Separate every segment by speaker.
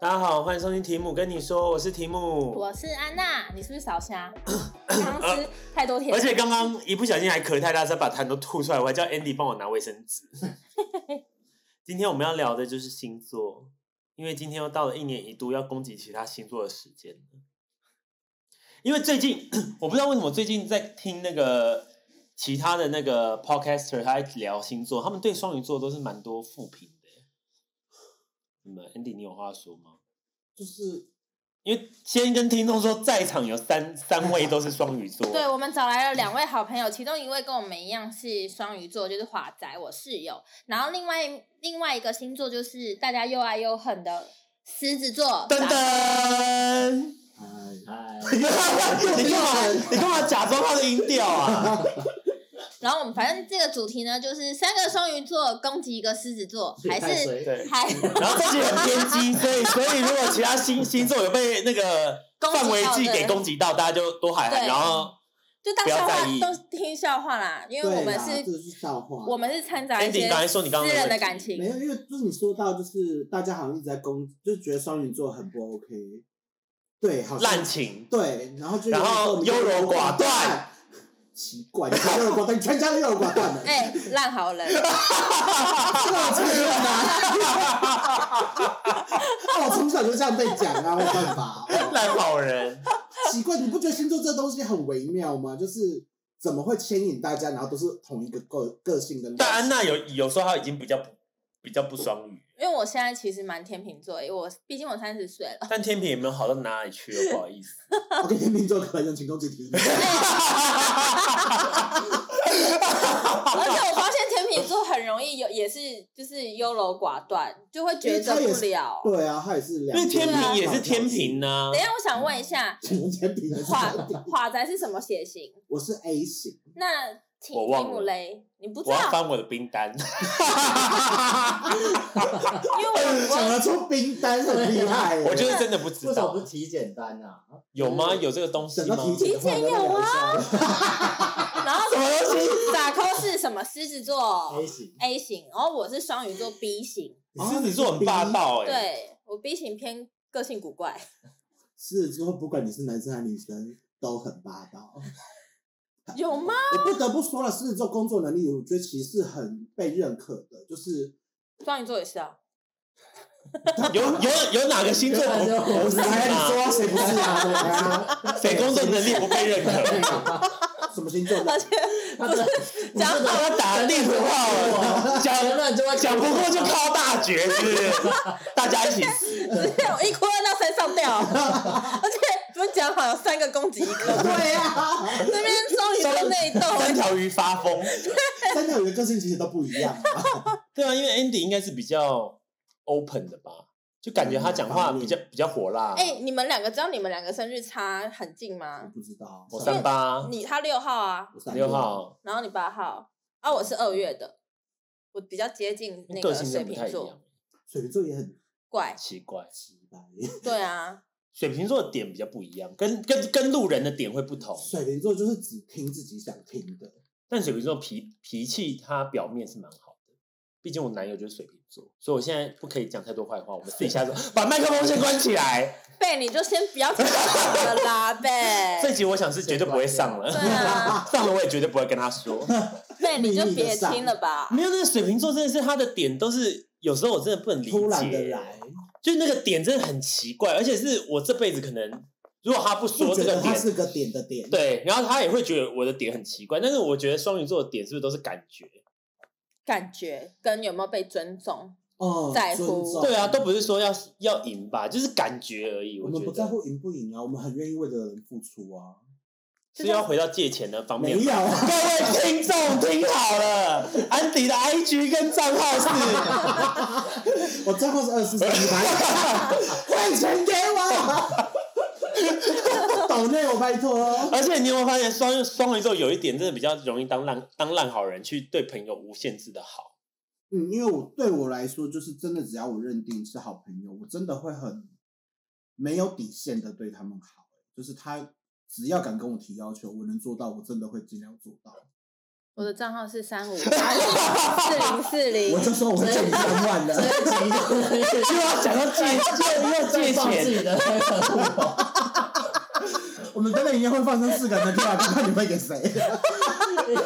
Speaker 1: 大家好，欢迎收听题目。跟你说，我是题目，
Speaker 2: 我是安娜，你是不是 少虾？刚吃太多甜，
Speaker 1: 而且刚刚一不小心还咳太大声，把痰都吐出来。我还叫 Andy 帮我拿卫生纸。今天我们要聊的就是星座，因为今天又到了一年一度要攻击其他星座的时间了。因为最近 我不知道为什么最近在听那个其他的那个 podcaster，他在聊星座，他们对双鱼座都是蛮多负评的。你们 Andy，你有话说吗？
Speaker 3: 就是
Speaker 1: 因为先跟听众说，在场有三三位都是双鱼 座，
Speaker 2: 对，我们找来了两位好朋友，其中一位跟我们一样是双鱼座，就是华仔，我室友。然后另外另外一个星座就是大家又爱又恨的狮子座。
Speaker 1: 噔噔，
Speaker 3: 嗨嗨，
Speaker 1: 你干嘛？你干嘛假装他的音调 啊？
Speaker 2: 然后我们反正这个主题呢，就是三个双鱼座攻击一个狮子座，还
Speaker 3: 太
Speaker 2: 是
Speaker 3: 水
Speaker 1: 对，
Speaker 2: 还
Speaker 1: 然后这集很偏激，所以所以如果其他星星座有被那个
Speaker 2: 攻击到
Speaker 1: 范围计给
Speaker 2: 对
Speaker 1: 攻击到，大家就都还好。
Speaker 2: 对
Speaker 1: 然后
Speaker 2: 就当
Speaker 1: 不要
Speaker 2: 笑
Speaker 1: 在
Speaker 2: 话
Speaker 1: 意
Speaker 2: 都听笑话啦，因为我们
Speaker 3: 对啦
Speaker 2: 是
Speaker 3: 这是笑话，
Speaker 2: 我们是掺杂一
Speaker 1: Andy
Speaker 2: 些
Speaker 1: 刚才说你刚刚
Speaker 2: 私
Speaker 1: 的
Speaker 2: 人的
Speaker 1: 问题
Speaker 2: 感情
Speaker 3: 没，有，因为就是你说到就是大家好像一直在攻，就是觉得双鱼座很不 OK，对，好像
Speaker 1: 滥 情，
Speaker 3: 对，然后就
Speaker 1: 然后
Speaker 3: 有时候你
Speaker 1: 优柔寡断，
Speaker 3: 奇怪，你才优柔寡断，你全家都优柔寡断了，
Speaker 2: 哎，烂好人。
Speaker 3: 这我承认 啊，我从小就这样被讲啊，没办法，
Speaker 1: 烂好人，
Speaker 3: 奇怪，你不觉得星座这东西很微妙吗？就是怎么会牵引大家，然后都是同一个个个性跟
Speaker 1: 但安娜有有时候她已经比较不比较不双鱼，
Speaker 2: 因为我现在其实蛮天秤座，因为我毕竟我三十岁 了，
Speaker 1: 但天平也没有好到哪里去哦，不好 意思。
Speaker 3: 我给天秤座可能请攻击提 议。
Speaker 2: 而且我发现天秤座很容易有，也是就是优柔寡断，就会抉择不了。
Speaker 3: 对啊，他也是
Speaker 1: 因
Speaker 3: 两。
Speaker 1: 为天平
Speaker 2: 平
Speaker 1: 也是天平，呢
Speaker 2: 等一，下，啊我想问一下，
Speaker 3: 天平也是
Speaker 2: 华
Speaker 3: 天平。
Speaker 2: 华仔是什么血型？
Speaker 3: 我是 A 型，
Speaker 2: 那提
Speaker 1: 我忘
Speaker 2: 提姆
Speaker 1: 了
Speaker 2: 雷，你不知
Speaker 1: 我要
Speaker 2: 道，
Speaker 1: 翻我的冰 单。
Speaker 2: 因为我
Speaker 3: 哎想
Speaker 2: 我
Speaker 3: 得出冰单很厉害耶。
Speaker 1: 我就是真的不知
Speaker 4: 为什么
Speaker 1: 道
Speaker 4: 不，体检单啊？
Speaker 1: 有吗？有这个东西
Speaker 3: 想
Speaker 1: 吗？
Speaker 3: 到体检的话，
Speaker 2: 提前有啊
Speaker 3: 要聊一下。
Speaker 2: 然后什么东西？打 call 是什么？狮子座
Speaker 4: A 型
Speaker 2: A 型，然后我是双鱼座 B 型，
Speaker 1: 你
Speaker 3: 欸
Speaker 1: 狮子座很霸
Speaker 3: 哦
Speaker 1: 道哎、
Speaker 2: 对我 B 型偏个性古怪。
Speaker 3: 狮子座不管你是男生还是女生，都很霸道。
Speaker 2: 有吗？
Speaker 3: 我不得不说了，狮子座工作能力，我觉得其实是很被认可的，就是
Speaker 2: 双鱼座也是啊。
Speaker 1: 有有有哪个星座
Speaker 4: 对啊
Speaker 1: 不
Speaker 3: 我
Speaker 1: 是
Speaker 3: 来你
Speaker 1: 啊？
Speaker 3: 说谁不是啊？对 啊，
Speaker 1: 谁工 作能力不被认可？
Speaker 3: 什么星座的
Speaker 2: 而？且
Speaker 4: 他真的
Speaker 2: 讲
Speaker 4: 我真的
Speaker 2: 好
Speaker 1: 他打地图炮了，讲
Speaker 4: 承认就会
Speaker 1: 讲不过就靠大绝，是不是？大家一起死，
Speaker 2: 直接有一哭二闹三上吊，而且不是讲好有三个攻击一个，
Speaker 3: 对啊，
Speaker 2: 那边终于就内
Speaker 1: 三
Speaker 2: 斗，
Speaker 1: 条鱼发疯。
Speaker 3: 三条鱼的个性其实都不一样啊。
Speaker 1: 对啊，因为 Andy 应该是比较 open 的吧，就感觉他讲话比较比较火辣。
Speaker 2: 哎、你们两个知道你们两个生日差很近
Speaker 3: 我
Speaker 2: 吗？
Speaker 3: 不知道，啊
Speaker 1: 我三八
Speaker 2: 你他六号啊，
Speaker 3: 我三
Speaker 1: 六，号，
Speaker 2: 然后你八号啊，我是二月的，我比较接近那
Speaker 1: 个性
Speaker 2: 水
Speaker 1: 真的不
Speaker 2: 瓶
Speaker 1: 太一
Speaker 2: 座
Speaker 1: 样，，
Speaker 3: 水瓶座也很
Speaker 2: 怪，
Speaker 1: 奇怪。
Speaker 3: 奇怪。
Speaker 2: 对啊，
Speaker 1: 水瓶座的点比较不一样，跟跟跟路人的点会不同。
Speaker 3: 水瓶座就是只听自己想听的，
Speaker 1: 但水瓶座脾脾气，他表面是蛮好的。毕竟我男友就是水瓶座，所以我现在不可以讲太多坏话。我们私底 下说，把麦克风先关起来。
Speaker 2: 贝你就先不要讲了啦，
Speaker 1: 这
Speaker 3: 哎
Speaker 2: 贝，
Speaker 1: 集我想是绝对不会上了，
Speaker 2: 对啊
Speaker 1: 上了我也绝对不会跟他说。
Speaker 3: 啊
Speaker 2: 贝你就别
Speaker 1: 啊
Speaker 2: 听了 吧，
Speaker 1: 没有，那个水瓶座真的是他的点都是，有时候我真的不能理解，
Speaker 3: 突然的来，
Speaker 1: 就那个点真的很奇怪，而且是我这辈子可能，如果他不
Speaker 3: 就
Speaker 1: 说
Speaker 3: 觉
Speaker 1: 这
Speaker 3: 得
Speaker 1: 个
Speaker 3: 它
Speaker 1: 点，
Speaker 3: 是个点的点。，
Speaker 1: 对，然后他也会觉得我的点很奇怪。但是我觉得双鱼座的点是不是都是感觉？
Speaker 2: 感觉跟有没有被尊重，
Speaker 3: 哦，
Speaker 2: 在乎
Speaker 3: 尊重
Speaker 1: 对啊，都不是说要要赢吧，就是感觉而已。
Speaker 3: 我
Speaker 1: 觉
Speaker 3: 们
Speaker 1: 得
Speaker 3: 不在乎赢不赢啊，我们很愿意为这个人付出啊。
Speaker 1: 是要回到借钱的方面
Speaker 3: 没
Speaker 1: 吗。
Speaker 3: 有啊，
Speaker 1: 各位听众听好了，安迪的 IG 跟账号是，
Speaker 3: 我账号是二四三 八，汇钱给我，抖内我拜托。
Speaker 1: 而且你有没有发现双双鱼座有一点真的比较容易当烂当烂好人，去对朋友无限制的好。
Speaker 3: 嗯，因为我对我来说，就是真的，只要我认定是好朋友，我真的会很没有底线的对他们欸好，就是他只要敢跟我提要求，我能做到，我真的会尽量做到。
Speaker 2: 我的账号是三五 四零四零
Speaker 3: 我，就说我会借你三万的，
Speaker 4: 这一集就是
Speaker 3: 就要讲到借借又 借
Speaker 4: 介绍自
Speaker 3: 钱，
Speaker 4: 己的那个，
Speaker 3: 我们等等一样会放上四个人的票，看看你会给谁。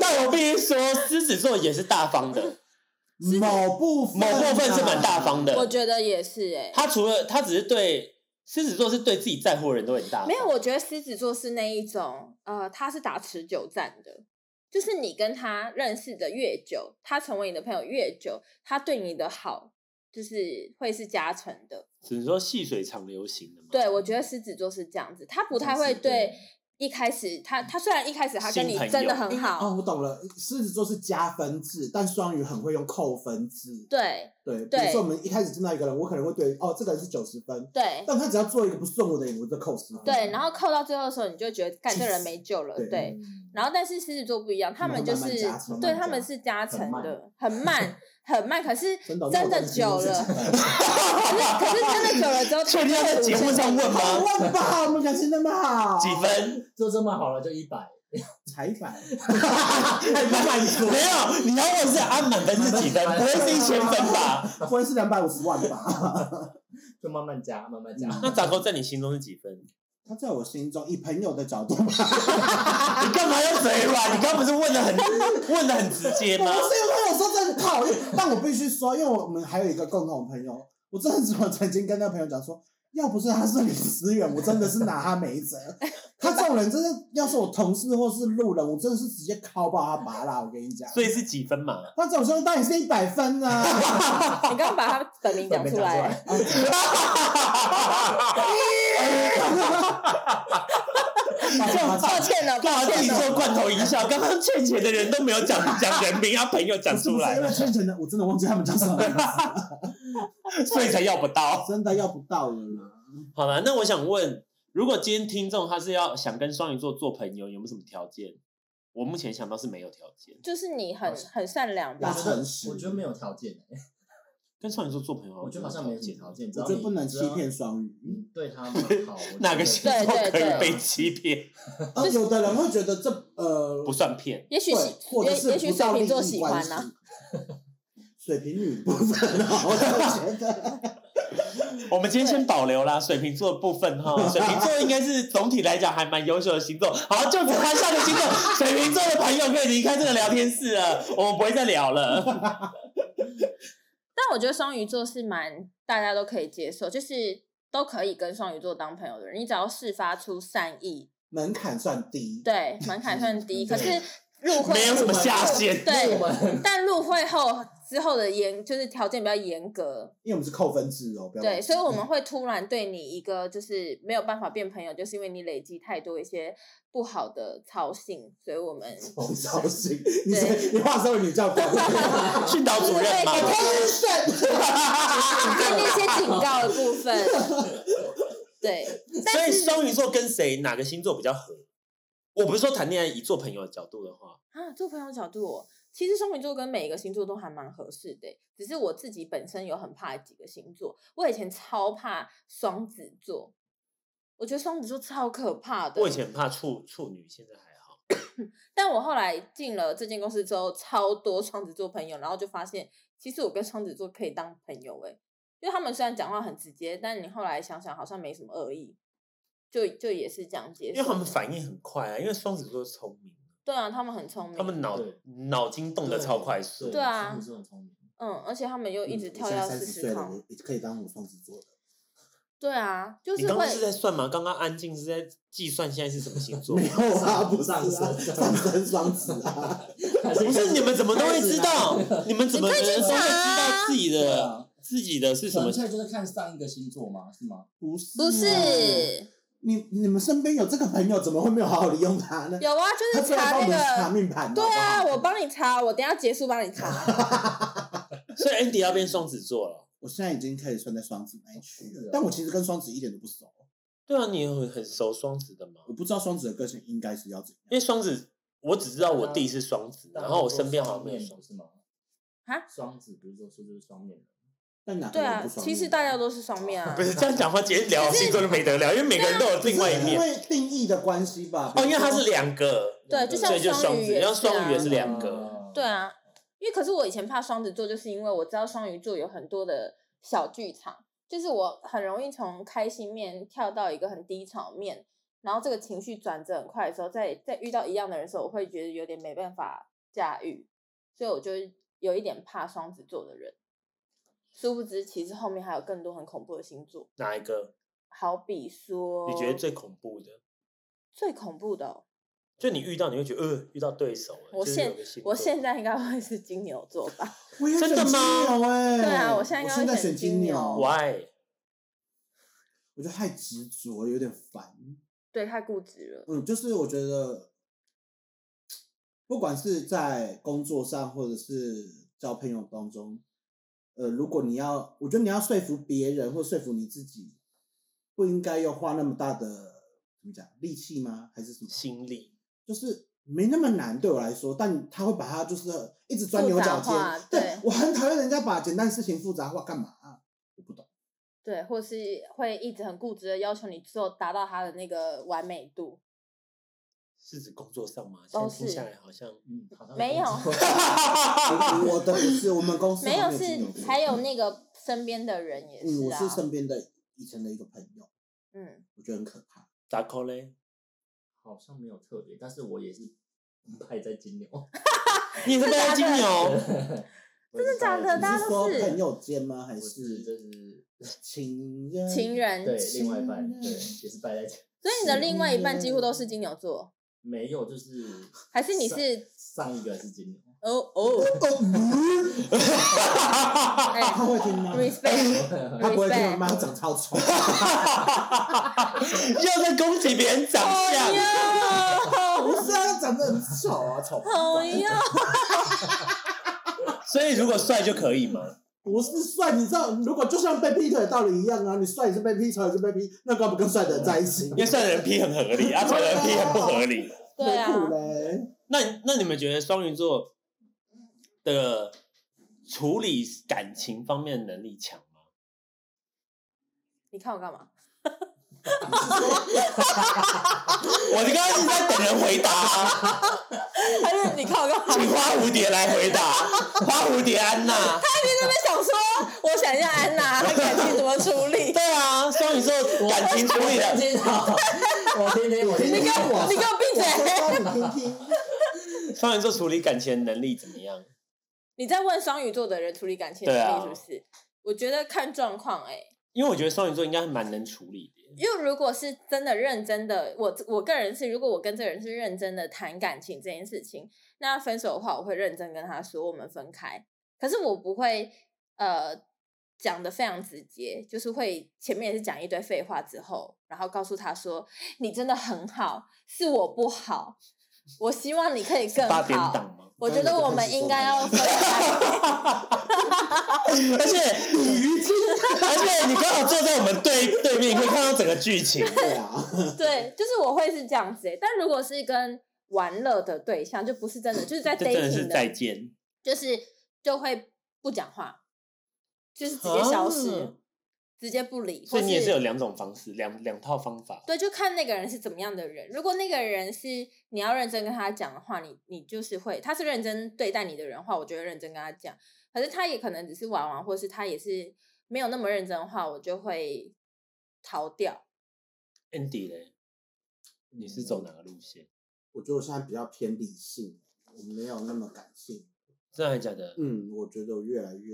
Speaker 1: 但我必须说，狮子座也是大方的，
Speaker 3: 某部分
Speaker 1: 某部分是蛮大方
Speaker 2: 我
Speaker 1: 的。
Speaker 2: 觉得也是哎、
Speaker 1: 他除了他只是对狮子座是对自己在乎的人都很大方，
Speaker 2: 没有，我觉得狮子座是那一种，呃，他是打持久战的，就是你跟他认识的越久，他成为你的朋友越久，他对你的好就是会是加成的。
Speaker 1: 只是说细水长流型的嘛。
Speaker 2: 对，我觉得狮子座是这样子，他不太
Speaker 4: 像是
Speaker 2: 会对
Speaker 4: 对
Speaker 2: 一开始他他虽然一开始他跟
Speaker 1: 新
Speaker 2: 你
Speaker 1: 朋
Speaker 2: 真的
Speaker 1: 友
Speaker 2: 很好，
Speaker 3: 哦，我懂了，狮子座是加分制，但双鱼很会用扣分制。
Speaker 2: 对
Speaker 3: 对，比
Speaker 2: 对
Speaker 3: 如说我们一开始见到一个人，我可能会对哦，这个人是九十分，
Speaker 2: 对
Speaker 3: 但他只要做一个不顺我的人，我就扣十分。
Speaker 2: 对，然后扣到最后的时候，你就觉得干这人没救了，
Speaker 3: 对
Speaker 2: 对。然后，但是狮子座不一样，他
Speaker 3: 他们
Speaker 2: 们就
Speaker 3: 慢慢
Speaker 2: 是
Speaker 3: 加成
Speaker 2: 对
Speaker 3: 慢慢
Speaker 2: 他们
Speaker 3: 加
Speaker 2: 是加成
Speaker 3: 慢
Speaker 2: 的，很慢很慢。可是
Speaker 3: 真
Speaker 2: 真
Speaker 3: 的
Speaker 2: 的久了，可是可是真的久了之后，
Speaker 1: 确定要在节目上问
Speaker 3: 好
Speaker 1: 吗？
Speaker 3: 问吧，我们感情那么好，
Speaker 1: 几分？
Speaker 4: 就这么好了，就一百。
Speaker 3: 才 百，还满满足，
Speaker 1: 没有，你要问是按满分是几分，不会是一千分吧？
Speaker 3: 不会是两百五十万吧？
Speaker 4: 就慢慢加，慢慢加。
Speaker 1: 那杂狗在你心中是几分？
Speaker 3: 他在我心中，以朋友的角度，
Speaker 1: 你干嘛要嘴软？你刚不是问的很 问的很直接
Speaker 3: 我
Speaker 1: 吗
Speaker 3: 不？是因为我说真的讨厌，但我必须说，因为我们还有一个共同朋友，我真的只有曾经跟那朋友讲说，要不是他是你资源，我真的是拿他 没辙。他这种人真的，要是我同事或是路人，我真的是直接敲爆他拔啦！我跟你讲，
Speaker 1: 所以是几分嘛？
Speaker 3: 他总说当你是一百分啊，哎
Speaker 2: 你刚刚把他本名 讲
Speaker 4: 本名
Speaker 2: 出
Speaker 4: 讲出
Speaker 2: 来
Speaker 4: 来，
Speaker 2: 抱歉 了，
Speaker 1: 干
Speaker 2: 抱
Speaker 1: 嘛自己
Speaker 2: 歉了。
Speaker 1: 做罐头营销？刚刚欠钱的人都没有讲讲人名，他朋友讲出来
Speaker 3: 因为
Speaker 1: 了，
Speaker 3: 欠钱的，我真的忘记他们叫什么名字，
Speaker 1: 所以才要不到。
Speaker 3: 真的要不到了啦。
Speaker 1: 好了，那我想问，如果今天听众他是要想跟双鱼座做朋友，有没有什么条件？我目前想到是没有条件，
Speaker 2: 就是你很很善良
Speaker 4: 我
Speaker 2: 吧
Speaker 3: 要？
Speaker 4: 觉
Speaker 3: 诚
Speaker 4: 得
Speaker 3: 实
Speaker 4: 我觉得没有条件欸，
Speaker 1: 跟双鱼座做朋友，
Speaker 4: 我觉得好像没有条。件，只
Speaker 3: 我
Speaker 4: 要
Speaker 3: 觉得
Speaker 4: 你
Speaker 3: 不能欺骗。双鱼。
Speaker 4: 你
Speaker 1: 嗯
Speaker 4: 对他们好，
Speaker 1: 哪个星座
Speaker 2: 对对
Speaker 1: 可以
Speaker 2: 对
Speaker 1: 被欺骗？
Speaker 3: 啊，有的人会觉得这呃
Speaker 1: 不算骗，
Speaker 2: 也许
Speaker 3: 对
Speaker 2: 是
Speaker 3: 或者
Speaker 2: 也
Speaker 3: 是
Speaker 2: 也许
Speaker 3: 不到
Speaker 2: 水
Speaker 3: 利
Speaker 2: 瓶座
Speaker 3: 益
Speaker 2: 喜
Speaker 3: 关
Speaker 2: 欢啊
Speaker 3: 系。
Speaker 2: 呢。
Speaker 3: 水瓶女不分 啊，我就觉得
Speaker 1: 我们今天先保留啦。水瓶座的部分哈，水瓶座应该是总体来讲还蛮优秀的星座。好，就只他下个 星座，水瓶座的朋友可以离开这个聊天室了，我们不会再聊 了。
Speaker 2: 但我觉得双鱼座是蛮大家都可以接受，就是都可以跟双鱼座当朋友的人，你只要事发出善意，
Speaker 3: 门槛算低。
Speaker 2: 对，门槛算低。
Speaker 4: 嗯
Speaker 2: 可是
Speaker 4: 对
Speaker 2: 入会
Speaker 1: 没有什么下限
Speaker 4: 我
Speaker 2: 对，
Speaker 4: 们
Speaker 2: 但入会后之后的严就是条件比较严格，
Speaker 3: 因为我们是扣分制哦，不要忘
Speaker 2: 对，
Speaker 3: 记
Speaker 2: 所以我们会突然对你一个就是没有办法变朋友，就是因为你累积太多一些不好的操性，所以我们
Speaker 3: 我操 心，你谁你话说你叫 我
Speaker 1: 训导主任嘛，
Speaker 2: 对那些警告的部分，对，
Speaker 1: 所以双鱼座跟谁哪个星座比较合？我不是说谈恋爱以做朋友的角度的话，
Speaker 2: 啊，做朋友角度、哦，其实双鱼座跟每一个星座都还蛮合适的欸，只是我自己本身有很怕几个星座，我以前超怕双子座，我觉得双子座超可怕的。
Speaker 1: 我以前怕处处女，现在还好。
Speaker 2: 但我后来进了这间公司之后，超多双子座朋友，然后就发现，其实我跟双子座可以当朋友诶，因为他们虽然讲话很直接，但你后来想想好像没什么恶意，就就也是这样接
Speaker 1: 因为
Speaker 2: 受
Speaker 1: 他们
Speaker 2: 的
Speaker 1: 反应很快啊，因为双子座聪明，
Speaker 2: 对啊，他们很聪明，
Speaker 1: 他们脑
Speaker 4: 对
Speaker 1: 脑筋动得超快速。
Speaker 2: 对啊
Speaker 4: 你是很聪明。
Speaker 2: 嗯，而且他们又一直跳跃
Speaker 3: 三
Speaker 2: 式
Speaker 3: 十
Speaker 2: 思
Speaker 3: 岁
Speaker 2: 考
Speaker 3: 了，，我可以当我双子座的。
Speaker 2: 对啊，就
Speaker 1: 你
Speaker 2: 是
Speaker 1: 刚刚
Speaker 2: 会
Speaker 1: 是在算吗？刚刚安静是在计算现在是什么星 座
Speaker 3: 没？有啊，不是啊
Speaker 4: 上升
Speaker 3: 上升双子 啊，
Speaker 1: 不是你们怎么都会知 道？你们怎么可
Speaker 2: 你可以
Speaker 1: 能
Speaker 2: 去
Speaker 1: 都会知道
Speaker 2: 查
Speaker 1: 自己
Speaker 4: 对
Speaker 1: 的
Speaker 4: 啊，
Speaker 1: 自己的是什么
Speaker 4: 纯？粹就是看上一个星座嘛，是吗？
Speaker 3: 不是啊
Speaker 2: 不是
Speaker 3: 你你们身边有这个朋友，怎么会没有好好利用他呢？
Speaker 2: 有啊，就
Speaker 3: 他
Speaker 2: 是
Speaker 3: 居然帮
Speaker 2: 查
Speaker 3: 我
Speaker 2: 那
Speaker 3: 们查
Speaker 2: 个。
Speaker 3: 命盘，
Speaker 2: 对啊，
Speaker 3: 好不好
Speaker 2: 我帮你查，我等一下结束帮你查。
Speaker 1: 所以 Andy 要变双子座了。
Speaker 3: 我现在已经可以算在双子那一区
Speaker 4: 是
Speaker 3: 了
Speaker 4: 啊，
Speaker 3: 但我其实跟双子一点都不熟，
Speaker 1: 对啊，你很很熟双子的吗？
Speaker 3: 我不知道双子的个性应该是要怎样。
Speaker 1: 因为双子，我只知道我弟是
Speaker 4: 啊
Speaker 1: 双子，然后我身边好像没有双
Speaker 4: 面
Speaker 1: 子。
Speaker 4: 不是吗？
Speaker 2: 啊
Speaker 4: 双子不是说说就是双面人，
Speaker 3: 但哪个
Speaker 2: 对
Speaker 3: 人
Speaker 2: 啊
Speaker 3: 不，双
Speaker 2: 其实
Speaker 3: 面
Speaker 2: 大家都是双面啊
Speaker 1: 不。是这样讲话，今天聊星座就没得聊，因为每个人都有
Speaker 3: 只是
Speaker 1: 另
Speaker 3: 啊
Speaker 1: 外一
Speaker 3: 因
Speaker 1: 面。
Speaker 3: 为定义的关系吧。
Speaker 1: 哦，因为它是两个，
Speaker 2: 对，就像
Speaker 1: 所以就
Speaker 2: 双
Speaker 1: 双
Speaker 2: 鱼
Speaker 1: 子，
Speaker 2: 也
Speaker 1: 然后
Speaker 2: 是
Speaker 1: 双鱼也是
Speaker 2: 啊。
Speaker 1: 两个，
Speaker 4: 哦
Speaker 2: 对，啊，因为可是我以前怕双子座，就是因为我知道双鱼座有很多的小剧场，就是我很容易从开心面跳到一个很低潮面，然后这个情绪转折很快的时候，再再遇到一样的人的时候，我会觉得有点没办法驾驭，所以我就有一点怕双子座的人。殊不知，其实后面还有更多很恐怖的星座，
Speaker 1: 哪一个
Speaker 2: 好比说，
Speaker 1: 你觉得最恐怖的？
Speaker 2: 最恐怖的哦、
Speaker 1: 就你遇到你会觉得，呃，遇到对手了。
Speaker 2: 我
Speaker 1: 就是有
Speaker 2: 现
Speaker 1: 个星座
Speaker 2: 我现在应该会是金牛座吧？
Speaker 3: 我也
Speaker 1: 真的
Speaker 3: 选金
Speaker 1: 吗
Speaker 3: 牛哎、
Speaker 2: 对啊我
Speaker 3: 我
Speaker 2: 现在应该
Speaker 3: 现
Speaker 2: 会
Speaker 3: 在
Speaker 2: 选
Speaker 3: 选
Speaker 2: 金
Speaker 3: 金
Speaker 2: 牛
Speaker 3: 牛，
Speaker 1: why
Speaker 3: 我觉得太执着，有点烦。
Speaker 2: 对，太固执了。
Speaker 3: 嗯，就是我觉得，不管是在工作上，或者是交朋友当中，呃，如果你要，我觉得你要说服别人或说服你自己，不应该要花那么大的怎么讲力气吗？还是什么？
Speaker 1: 心力？
Speaker 3: 就是没那么难对我来说，但他会把它就是一直钻牛角
Speaker 2: 复杂化
Speaker 3: 尖。
Speaker 2: 对
Speaker 3: 我很讨厌人家把简单事情复杂化，干嘛、啊 我不懂。
Speaker 2: 对，或是会一直很固执的要求你最后达到他的那个完美度。
Speaker 1: 是指工作上吗？现
Speaker 2: 都
Speaker 1: 在听
Speaker 2: 是
Speaker 1: 下来好像
Speaker 4: 嗯，好像
Speaker 2: 没有
Speaker 4: 工作
Speaker 3: 我我的不是我们公司
Speaker 2: 没有
Speaker 3: 好像金牛
Speaker 2: 是，
Speaker 3: 座
Speaker 2: 还有那个身边的人也
Speaker 3: 嗯，
Speaker 2: 是
Speaker 3: 我
Speaker 2: 啊。
Speaker 3: 是身边的以前的一个朋友，
Speaker 2: 嗯，
Speaker 3: 我觉得很可怕。
Speaker 1: 打 call 嘞？
Speaker 4: 好像没有特别，但是我也是排在金牛，
Speaker 1: 你是不是金牛？
Speaker 4: 真的
Speaker 2: 假的大家
Speaker 3: 你是
Speaker 2: 都
Speaker 3: 说
Speaker 2: 是
Speaker 3: 朋友间吗？还
Speaker 4: 我是
Speaker 3: 是
Speaker 4: 就是
Speaker 3: 情人？
Speaker 2: 情人。
Speaker 4: 对
Speaker 2: 所
Speaker 4: 另外一半，对也是排在金
Speaker 2: 以你的另外一半
Speaker 3: 情
Speaker 2: 几乎都是
Speaker 3: 人
Speaker 2: 金牛座，
Speaker 4: 没有就是
Speaker 2: 还是你
Speaker 4: 上
Speaker 2: 是
Speaker 4: 上一个是金牛，
Speaker 2: 哦哦 哎
Speaker 3: 他会听吗？
Speaker 2: ，respect，
Speaker 3: 他不会听吗？
Speaker 2: respect
Speaker 3: 妈长超 丑。
Speaker 1: 又在攻击别人长相
Speaker 2: 好，
Speaker 3: 不是啊，他长得很丑啊，丑八
Speaker 2: 好
Speaker 3: 怪。
Speaker 2: 呀，
Speaker 1: 所以如果帅就可以吗？
Speaker 3: 不是帅，你知道，如果就像被劈腿的道理一样啊，你帅也是被劈，丑也是被劈，那干嘛不跟帅的人在一起？
Speaker 1: 因为帅的人批很合理，啊，丑的人批很不合理。
Speaker 2: 对啊
Speaker 3: 何，苦嘞？
Speaker 1: 那那你们觉得双鱼座的处理感情方面的能力强吗？
Speaker 2: 你看我干嘛？
Speaker 1: 我刚刚一直在等人回答、啊，
Speaker 2: 还是你看我干嘛？
Speaker 1: 请花蝴蝶来回答，花蝴蝶安娜。
Speaker 2: 那边想说，我想一下安 娜她感情怎么处理？
Speaker 1: 对啊，双鱼座感情处理的，
Speaker 4: 金牛，我天天我天
Speaker 3: 你
Speaker 4: 天
Speaker 2: 你给我，你给我闭
Speaker 3: 我
Speaker 2: 嘴！
Speaker 3: 啊说让你听听，
Speaker 1: 双鱼座处理感情的能力怎么样？
Speaker 2: 你在问双鱼座的人处理感情能力是
Speaker 1: 对
Speaker 2: 不
Speaker 1: 啊
Speaker 2: 是？我觉得看状况哎、
Speaker 1: 因为我觉得双鱼座应该蛮能处理的。
Speaker 2: 因为如果是真的认真的，我我个人是，如果我跟这个人是认真的谈感情这件事情，那分手的话，我会认真跟他说我们分开。可是我不会呃讲的非常直接，就是会前面也是讲一堆废话之后，然后告诉他说你真的很好，是我不好，我希望你可以更
Speaker 1: 八点
Speaker 2: 好。
Speaker 1: 档 吗？
Speaker 2: 我觉得我们应该要分 开。
Speaker 1: 而且你，而且你刚好坐在我们对对面，你会看到整个剧情。
Speaker 3: 对啊，
Speaker 2: 对，就是我会是这样子、欸，但如果是跟玩乐的对象，就不是真的，就是在
Speaker 1: 这真的
Speaker 2: dating
Speaker 1: 是
Speaker 2: 的，
Speaker 1: 再见，
Speaker 2: 就是就会不讲话，就是直接消失，
Speaker 1: 啊
Speaker 2: 直接不理，
Speaker 1: 所以
Speaker 2: 或
Speaker 1: 你也是有两种方式，两两套方法。
Speaker 2: 对，就看那个人是怎么样的人。如果那个人是你要认真跟他讲的话，你你就是会，他是认真对待你的人的话，我就会认真跟他讲。可是他也可能只是玩玩，或是他也是没有那么认真的话，我就会逃掉。
Speaker 1: Andy 嘞，你是走哪个路线？
Speaker 3: 我觉得我现在比较偏理性，我没有那么感性。
Speaker 1: 真的还假的？
Speaker 3: 嗯，我觉得我越来越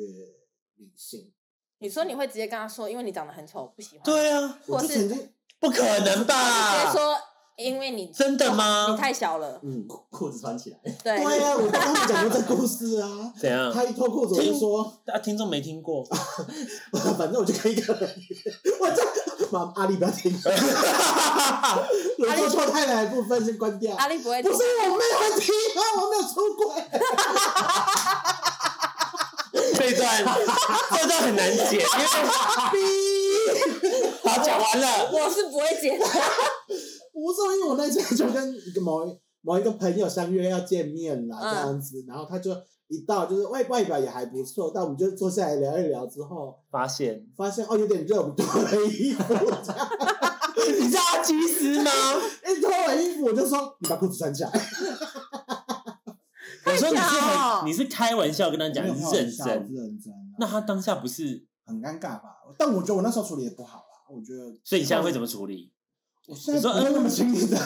Speaker 3: 理性。
Speaker 2: 你说你会直接跟他说，因为你长得很丑，不喜欢。，
Speaker 1: 对啊，
Speaker 3: 我
Speaker 2: 或
Speaker 3: 就是曾经，
Speaker 1: 不可能
Speaker 2: 直接
Speaker 1: 吧？
Speaker 2: 说，因为你
Speaker 1: 啊真的
Speaker 2: 你
Speaker 1: 吗？
Speaker 2: 太小了。
Speaker 3: 嗯，
Speaker 4: 裤子穿起来，
Speaker 2: 对，
Speaker 3: 对呀、啊，我刚刚讲过这故事啊。
Speaker 1: 怎样？
Speaker 3: 他一脱裤子，我就说，
Speaker 1: 啊，听众没听 过，
Speaker 3: 反正我就跟一个人，我这妈阿丽不要听，我做错太奶的部分先关掉。
Speaker 2: 阿力不会
Speaker 3: 不
Speaker 2: 听
Speaker 3: 是我没有听啊，我没有出轨。
Speaker 1: 这段这段很难解，因 为好讲完了。
Speaker 2: 我是不会接的。
Speaker 3: 不是因为我那次就跟一个某一某一个朋友相约要见面啦，
Speaker 2: 嗯
Speaker 3: 这样子，然后他就一到就是外外表也还不错，但我们就坐下来聊一聊之后，
Speaker 1: 发现
Speaker 3: 发现哦有点热，我们脱 了衣服，
Speaker 1: 你知道他鸡丝吗？
Speaker 3: 一脱了衣服我就说你把裤子穿起来，
Speaker 1: 我说你是
Speaker 2: 太假了
Speaker 1: 很你是开玩笑跟他讲，
Speaker 3: 没
Speaker 1: 你
Speaker 3: 有
Speaker 1: 是认
Speaker 3: 开
Speaker 1: 真。
Speaker 3: 玩笑我是认真啊，
Speaker 1: 那他当下不是，
Speaker 3: 很尴尬吧？但我觉得我那时候处理也不好啦，我觉得
Speaker 1: 所以你现在会怎么处理？
Speaker 3: 我现在
Speaker 1: 你说
Speaker 3: 不会那么轻易的，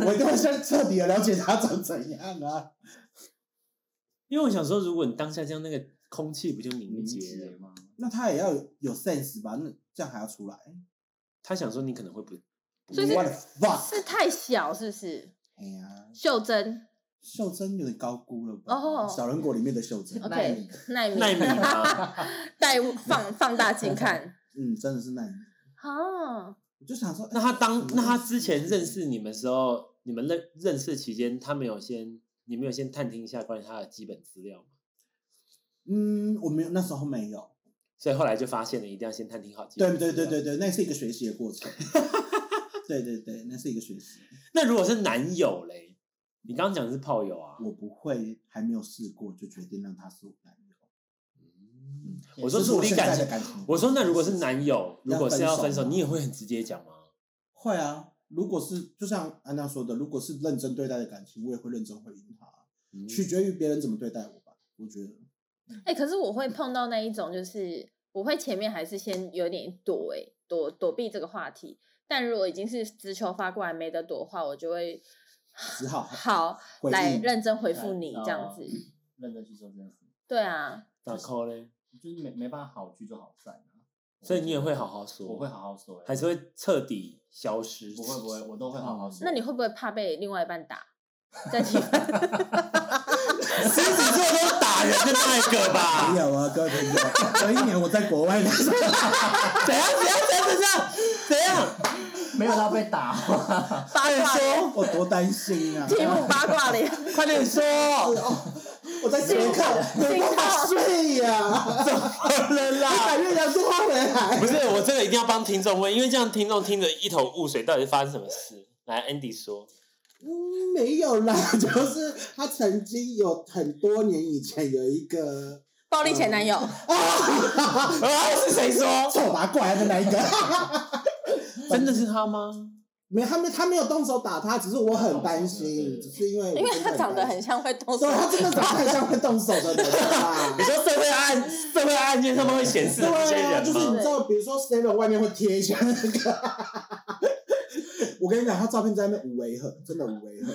Speaker 2: 嗯
Speaker 3: 我一定会先彻底的了解他长怎样啊。
Speaker 1: 因为我想说，如果你当下这样，那个空气不就凝结了？
Speaker 4: 吗？
Speaker 3: 那他也要有有 sense 吧？那这样还要出来
Speaker 1: 他想说你可能会不，
Speaker 2: 所以是
Speaker 3: ？What the fuck？
Speaker 2: 是太小是不是？
Speaker 3: 哎呀，
Speaker 2: 袖珍
Speaker 3: 秀珍有点高估了吧？
Speaker 2: 哦
Speaker 3: 小人国里面的秀珍，
Speaker 4: 耐
Speaker 2: OK
Speaker 4: 米
Speaker 2: 耐米
Speaker 1: 耐啊你吗？
Speaker 2: 带放放大镜看
Speaker 3: 嗯，真的是那，
Speaker 2: 啊，
Speaker 3: 我就想说，
Speaker 1: 那他 当
Speaker 3: 哎
Speaker 1: 那他之前认识你们的时候，你们认认识期间，他没有先你没有先探听一下关于他的基本资料吗？
Speaker 3: 嗯，我没有，那时候没有。
Speaker 1: 所以后来就发现了，一定要先探听好基
Speaker 3: 对
Speaker 1: 本资
Speaker 3: 对
Speaker 1: 料。
Speaker 3: 对对对，那是一个学习的过 程。对对对，那是一个学习。
Speaker 1: 那如果是男友嘞，你刚刚讲的是炮友啊？
Speaker 3: 我不会，还没有试过就决定让他是我男友。
Speaker 1: 嗯
Speaker 3: 嗯
Speaker 1: 我说
Speaker 3: 这是
Speaker 1: 处
Speaker 3: 我
Speaker 1: 理
Speaker 3: 现
Speaker 1: 感
Speaker 3: 在的
Speaker 1: 情，
Speaker 3: 感情。
Speaker 1: 我说那如果是男友，如
Speaker 3: 要
Speaker 1: 果是要
Speaker 3: 分
Speaker 1: 分
Speaker 3: 手
Speaker 1: 手，
Speaker 3: 吗
Speaker 1: 你也会很直接讲吗？
Speaker 3: 会啊，如果是就像安娜说的，如果是认真对待的感情，我也会认真回应他，
Speaker 1: 嗯
Speaker 3: 取决于别人怎么对待我吧。我觉得，
Speaker 2: 哎、可是我会碰到那一种，就是我会前面还是先有点躲、欸，躲躲避这个话题。但如果已经是直球发过来没得躲的话，我就会
Speaker 3: 只好
Speaker 2: 好
Speaker 3: 回
Speaker 2: 来
Speaker 3: 应
Speaker 2: 认真回复
Speaker 4: 来
Speaker 2: 你这样
Speaker 4: 哦
Speaker 2: 子。
Speaker 4: 认真去做这件事，
Speaker 2: 对啊，
Speaker 1: 打 call 嘞，
Speaker 4: 就是没没办法好聚就好散啊。
Speaker 1: 所以你也会好好说，
Speaker 4: 我会好好说欸，
Speaker 1: 还是会彻底消失？
Speaker 4: 不会不会，我都会好好说。
Speaker 2: 那你会不会怕被另外一半打？ 在体
Speaker 1: 狮子 座都是打人的那一个吧？
Speaker 3: 没有啊，各位朋友，有一啊年我在国外的时候，
Speaker 1: 怎样怎样怎样怎样怎样？
Speaker 4: 没有到被打，
Speaker 2: 八卦脸，
Speaker 3: 我多担心啊！哦
Speaker 2: 题目八卦 脸，
Speaker 1: 快点 说！
Speaker 3: 我在捷克没办法睡呀、怎么了啦？把月亮电话回来，
Speaker 1: 不是，我这个一定要帮听众问，因为这样听众听着一头雾水，到底是发生什么事？来，Andy 说，
Speaker 3: 嗯，没有啦，就是他曾经有很多年以前有一个
Speaker 2: 暴力前男友，
Speaker 1: 啊，是谁说？
Speaker 3: 丑八怪的那一个。
Speaker 1: 真的是他吗？
Speaker 3: 没有，他没他没有动手打他，只是我很担心，
Speaker 4: 对
Speaker 3: 只是因嗯为我
Speaker 2: 嗯因为
Speaker 3: 真的
Speaker 2: 他长得
Speaker 3: 担
Speaker 2: 很
Speaker 3: 心，
Speaker 2: 像会动手
Speaker 3: 对，。啊 他真的长得很像会动手的人啊
Speaker 1: 你。说社会案社会案件上面会显示
Speaker 3: 对
Speaker 1: 的这些
Speaker 3: 啊，
Speaker 1: 人
Speaker 3: 就是你
Speaker 1: 吗？
Speaker 3: 知道，比如说 seven 外面会贴一下那个， 我跟你讲，他照片在那边无违和，真的无违和。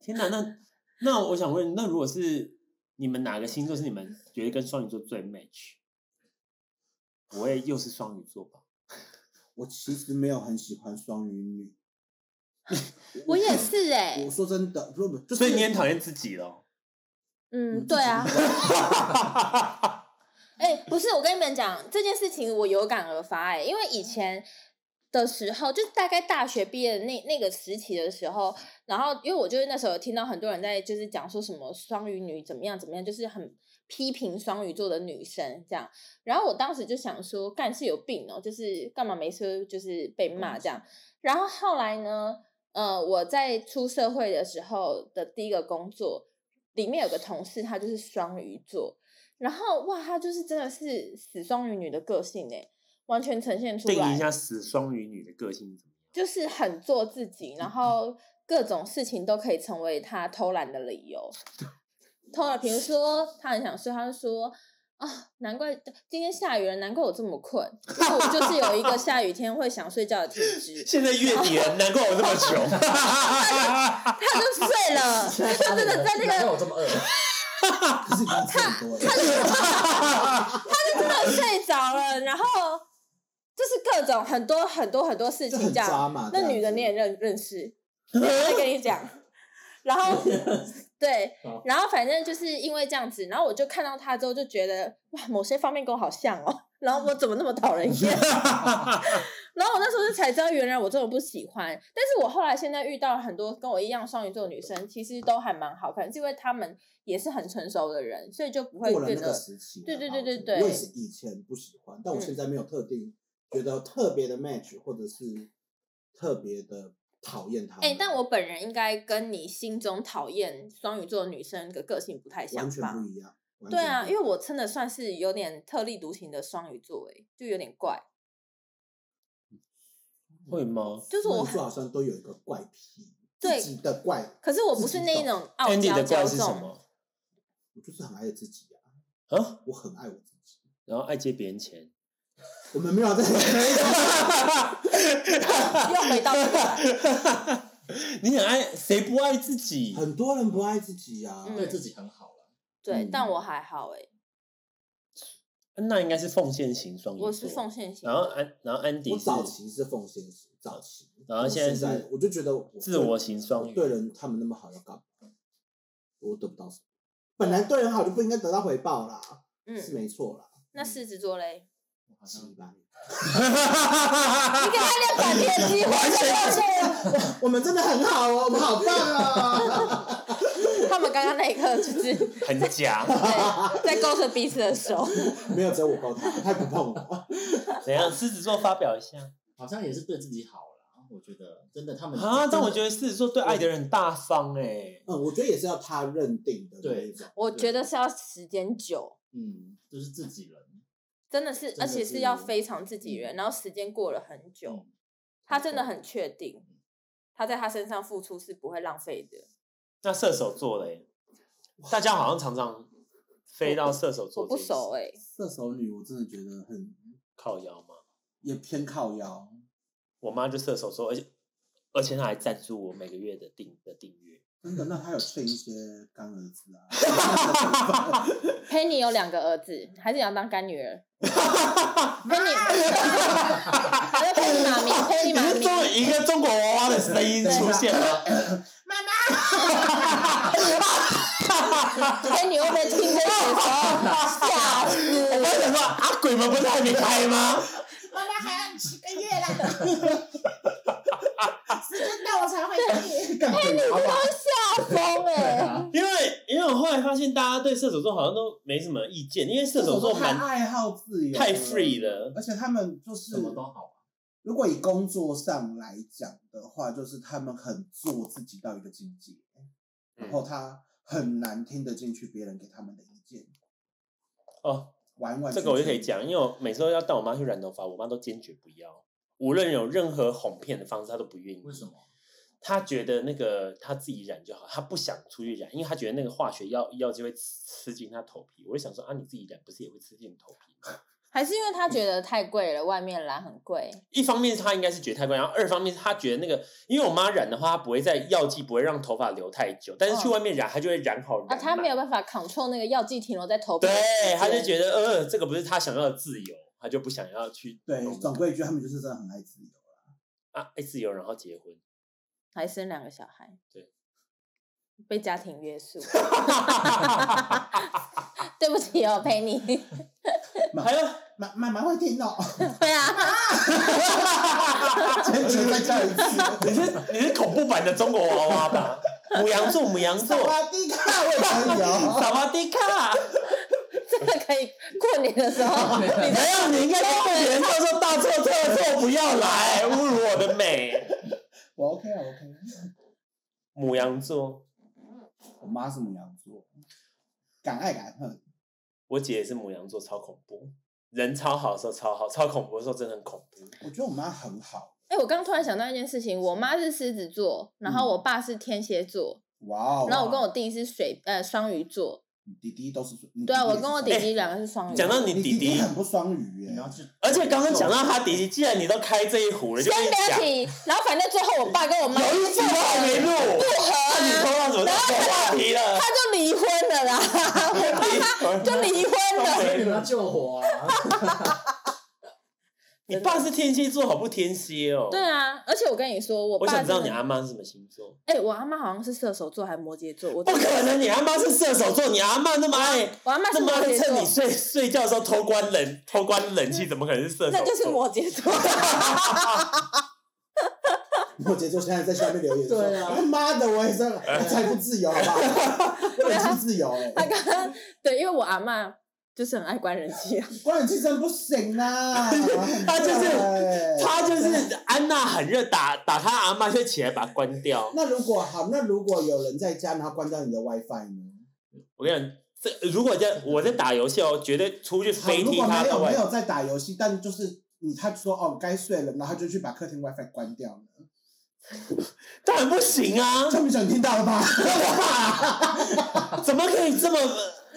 Speaker 1: 天哪，那那我想问，那如果是你们哪个星座是你们觉得跟双鱼座最 match？不会又是双鱼座吧？
Speaker 3: 我其实没有很喜欢双鱼女，
Speaker 2: 我也是哎、
Speaker 3: 我说真的，不不，就是
Speaker 1: 所以你很讨厌自己咯。
Speaker 2: 嗯，对啊，哎、不是，我跟你们讲这件事情，我有感而发哎、因为以前的时候，就大概大学毕业的那那个时期的时候，然后因为我就是那时候有听到很多人在就是讲说什么双鱼女怎么样怎么样，就是很批评双鱼座的女生这样。然后我当时就想说，干是有病哦、就是干嘛没事就是被
Speaker 1: 嗯
Speaker 2: 骂这样。然后后来呢，呃，我在出社会的时候的第一个工作，里面有个同事，她就是双鱼座，然后哇，她就是真的是死双鱼女的个性哎，完全呈现出来。
Speaker 1: 定义一下死双鱼女的个性是怎么样？
Speaker 2: 就是很做自己，
Speaker 3: 嗯
Speaker 2: 然后各种事情都可以成为他偷懒的理 由。偷懒，比如说他很想睡，他就说。啊、难怪今天下雨了，难怪我这么困。因为我就是有一个下雨天会想睡觉的体质，
Speaker 1: 现在月底了，难怪我这么穷。
Speaker 2: 他就睡了，他就真的在那
Speaker 4: 难怪
Speaker 2: 个，
Speaker 4: 我这么饿，
Speaker 3: 可是 你刚才很多了，
Speaker 2: 他真的睡着了，然后就是各种很多很多很多事
Speaker 3: 就
Speaker 2: 情
Speaker 3: 很
Speaker 2: 这样。
Speaker 3: 渣 嘛。
Speaker 2: 那女的你也认认 识，我再跟你讲。然后，对
Speaker 4: 好，
Speaker 2: 然后反正就是因为这样子，然后我就看到她之后就觉得哇，某些方面跟我好像哦，然后我怎么那么讨人 厌？然后我那时候就才知道，原来我这么不喜欢。但是我后来现在遇到很多跟我一样双鱼座的女生，其实都还蛮好，可能是因为她们也是很成熟的人，所以就不会
Speaker 3: 过了
Speaker 2: 觉
Speaker 3: 那个
Speaker 2: 得
Speaker 3: 时期了吧，
Speaker 2: 对对对
Speaker 3: 我觉
Speaker 2: 对
Speaker 3: 得
Speaker 2: 对嗯
Speaker 3: 我也是以前不喜欢，但我现在没有特定觉得特别的 match，或者是特别的讨厌他们。
Speaker 2: 哎、但我本人应该跟你心中讨厌双鱼座的女生的个性不太像
Speaker 3: 完全
Speaker 2: 吧
Speaker 3: 不？一样。完
Speaker 2: 对
Speaker 3: 全
Speaker 2: 啊，
Speaker 3: 不
Speaker 2: 因为我真的算是有点特立独行的双鱼座、哎，就有点怪。
Speaker 1: 会吗
Speaker 2: 就是我
Speaker 3: 双鱼
Speaker 2: 很
Speaker 3: 座好像都有一个怪癖，
Speaker 2: 对
Speaker 3: 自己的怪，
Speaker 2: 可是我不是那一种傲
Speaker 1: ？Andy
Speaker 2: 娇
Speaker 1: 的
Speaker 2: 骄
Speaker 1: 怪是什
Speaker 2: 纵，
Speaker 1: 么
Speaker 3: 我就是很爱自己啊，
Speaker 1: 啊？
Speaker 3: 我很爱我自己。
Speaker 1: 然后爱借别人钱，
Speaker 3: 我们没有在
Speaker 2: 又回到这个 来
Speaker 1: 你很爱谁不爱自己？
Speaker 3: 很多人不爱自己啊，
Speaker 2: 嗯
Speaker 4: 对自己很好了。
Speaker 2: 对，
Speaker 1: 嗯
Speaker 2: 但我还好哎、
Speaker 1: 那应该是奉献型双鱼座，
Speaker 2: 我是奉献型
Speaker 1: 然后
Speaker 2: 的，
Speaker 1: 安，然后安迪
Speaker 3: 我
Speaker 1: 是
Speaker 3: 早期是奉献型，早期，
Speaker 1: 然后
Speaker 3: 我
Speaker 1: 现在
Speaker 3: 现
Speaker 1: 是
Speaker 3: 我就觉得我
Speaker 1: 自我型双
Speaker 3: 我
Speaker 1: 鱼，
Speaker 3: 对人他们那么好要干嘛？我得不到什么，本来对人好就不应该得到回报啦，是
Speaker 2: 嗯，
Speaker 3: 没错啦，
Speaker 2: 那狮子座 嘞，
Speaker 4: 我好
Speaker 3: 是
Speaker 4: 像
Speaker 3: 吧？
Speaker 2: 你给他练反面的机会，嗯
Speaker 3: 我们真的很好哦，我们好 棒啊！
Speaker 2: 他们刚刚那一刻就是
Speaker 1: 很假。
Speaker 2: 对在勾着彼此的手，
Speaker 3: 没有，只有我抱他，他也不碰我。
Speaker 1: 怎样？狮子座发表一下
Speaker 4: 好像也是对自己好了。我觉得真的他们
Speaker 1: 啊！但我觉
Speaker 4: 得
Speaker 1: 得狮子座对爱的人很大方哎，
Speaker 3: 嗯，我觉得也是要他认定的那一种。
Speaker 2: 我觉得是要时间久，
Speaker 4: 嗯，就是自己人，
Speaker 2: 真的是，
Speaker 4: 真的
Speaker 2: 而且是
Speaker 4: 是
Speaker 2: 要非常自
Speaker 1: 嗯
Speaker 2: 己人，然后时间过了很久，
Speaker 4: 嗯
Speaker 2: 他真的很确定，他在他身上付出是不会浪费的。
Speaker 1: 那射手座嘞，大家好像常常飞到射手座
Speaker 2: 我不
Speaker 1: 这件事，
Speaker 2: 熟哎、
Speaker 3: 射手女，我真的觉得很
Speaker 1: 靠腰吗？
Speaker 3: 也偏靠腰。
Speaker 1: 我妈就射手座，而且而且她还赞助我每个月的订的订阅。
Speaker 3: 真的，那他有欠一些干儿子啊？
Speaker 2: Penny 有两个儿子，还是想当干 女儿？Penny，还有 Penny 妈咪，Penny 妈
Speaker 1: 你是
Speaker 2: 咪，
Speaker 1: 中一个中国娃娃的声音出现吗？
Speaker 2: 陪你会不会听这首歌？吓死！
Speaker 1: 我刚才想说啊，鬼门不是还没开吗？
Speaker 5: 妈妈还要十个月啦，时间到我才会去。
Speaker 3: 干嘛？
Speaker 2: 吓疯哎！
Speaker 1: 因为因为我后来发现，大家对射手座好像都没什么意见，因为射手座
Speaker 3: 太
Speaker 1: 蛮
Speaker 3: 爱好自由，
Speaker 1: 太 free
Speaker 4: 嗯
Speaker 1: 了。
Speaker 3: 而且他们就是
Speaker 4: 什么都好。啊
Speaker 3: 如果以工作上来讲的话，就是他们很做自己到一个境界，
Speaker 1: 嗯
Speaker 3: 然后他很难听得进去别人给他们的意见，
Speaker 1: 哦，
Speaker 3: 完完
Speaker 1: 这
Speaker 3: 全
Speaker 1: 个我就
Speaker 3: 全
Speaker 1: 可以讲，因为我每次都要带我妈去染头发，我妈都坚决不要，无论有任何哄骗的方式，她都不愿意。
Speaker 4: 为什？么？
Speaker 1: 她觉得那个她自己染就好，她不想出去染，因为她觉得那个化学药药剂会吃进她头皮。我就想说啊，你自己染不是也会吃进你头皮吗？
Speaker 2: 还是因为他觉得太贵了，外面蓝很贵。
Speaker 1: 一方面是她应该是觉得太贵，然后二方面是她觉得那个，因为我妈染的话，她不会在药剂不会让头发留太久，但是去
Speaker 2: 嗯
Speaker 1: 外面染，她就会染好染
Speaker 2: 啊，
Speaker 1: 满。
Speaker 2: 他没有办法 control 那个药剂停留在头皮的
Speaker 1: 对
Speaker 2: 时间，，
Speaker 1: 他就觉得呃，这个不是他想要的自由，他就不想要去
Speaker 3: 对，总归一句，他们就是真的很爱自由。
Speaker 1: 啊爱自由，然后结婚。
Speaker 2: 还生两个小孩，
Speaker 1: 对，
Speaker 2: 被家庭约束。 对不起哦，陪你。
Speaker 1: 还有
Speaker 3: 妈妈妈会听哦到，
Speaker 2: 对啊，
Speaker 3: 坚决再叫 一
Speaker 1: 你
Speaker 3: 次。
Speaker 1: 是你是恐怖版的中国娃娃吧？母羊座，母羊座，
Speaker 3: 哇，第一个我也可以哦。
Speaker 1: 萨瓦迪 卡。
Speaker 2: 这个可以过年的时 候，你
Speaker 1: 没
Speaker 2: 的
Speaker 1: 有，你应该跟别人说说大错特错，不要来侮辱我的美。
Speaker 3: 我 OK 啊我，OK。
Speaker 1: 母羊座，
Speaker 3: 我妈是母羊座，敢爱敢恨。
Speaker 1: 我姐也是母羊座，超恐怖。人超好的时候超好，超恐怖的时候真的很恐怖。
Speaker 3: 我觉得我妈很好。
Speaker 2: 哎、我刚突然想到一件事情，我妈是狮子座，然后
Speaker 1: 嗯
Speaker 2: 我爸是天蝎座，
Speaker 3: 哇哦！
Speaker 2: 然后我跟我弟是水呃双鱼座。
Speaker 3: 你弟弟都是你弟弟
Speaker 2: 对啊，
Speaker 3: 也
Speaker 2: 我
Speaker 3: 是
Speaker 2: 跟我
Speaker 3: 双
Speaker 2: 弟弟两个是双鱼。
Speaker 1: 讲到
Speaker 3: 你
Speaker 1: 哎你弟
Speaker 3: 弟
Speaker 1: 弟，
Speaker 3: 很不双语耶
Speaker 4: 你。要去
Speaker 1: 而且刚刚讲到他弟弟，既然你都开这一壶了，就
Speaker 2: 先
Speaker 1: 跟你
Speaker 2: 不要
Speaker 1: 讲，
Speaker 2: 提，然后反正最后我爸跟我妈
Speaker 1: 有一集都还没录，那你偷到什么话题了
Speaker 2: 他？就离婚了啦， 我爸就离婚
Speaker 1: 都
Speaker 2: 了。
Speaker 1: 没
Speaker 4: 你
Speaker 1: 录
Speaker 4: 要救我啊！
Speaker 1: 你爸是天蝎座，好不天蝎哦。
Speaker 2: 对，啊，而且我跟你说，我
Speaker 1: 我
Speaker 2: 爸
Speaker 1: 想知道
Speaker 2: 真
Speaker 1: 你啊
Speaker 2: 的
Speaker 1: 阿妈是什么星座。
Speaker 2: 哎、我阿妈好像是射手座还是摩羯座，我
Speaker 1: 不可能，你阿妈是射手座，你阿妈那么爱，
Speaker 2: 我阿妈
Speaker 1: 那
Speaker 2: 是
Speaker 1: 么
Speaker 2: 摩
Speaker 1: 爱
Speaker 2: 羯
Speaker 1: 趁你
Speaker 2: 座，
Speaker 1: 睡睡觉的时候偷关冷偷关冷气，怎么可能是射手座？
Speaker 2: 那就是摩羯座。
Speaker 3: 摩羯座现在在下面留言说：“
Speaker 4: 对啊
Speaker 3: 他妈的，我也是，哎
Speaker 2: 啊
Speaker 3: 我才不自由，好不好？我已经自由了。
Speaker 2: 他刚刚对，因为我阿妈就是很爱观人气啊。
Speaker 3: 关人气真不行啊哎啦，
Speaker 1: 他就是
Speaker 3: 对
Speaker 1: 他就是安娜很热，打打他阿妈就起来把他关掉。
Speaker 3: 那如果好，那如果有人在家，然后关掉你的 WiFi 呢？
Speaker 1: 我跟你讲，这如果在我在打游戏哦，绝对出去
Speaker 3: 好，
Speaker 1: 飞
Speaker 3: 如
Speaker 1: 踢
Speaker 3: 果
Speaker 1: 他
Speaker 3: 没
Speaker 1: 到
Speaker 3: 有
Speaker 1: 外
Speaker 3: 没
Speaker 1: 面。
Speaker 3: 有在打游戏，但就是你他说哦该睡了，然后他就去把客厅 WiFi 关掉了，
Speaker 1: 当然不行啊，
Speaker 3: 这么久你听到了吧？
Speaker 1: 怎么可以这么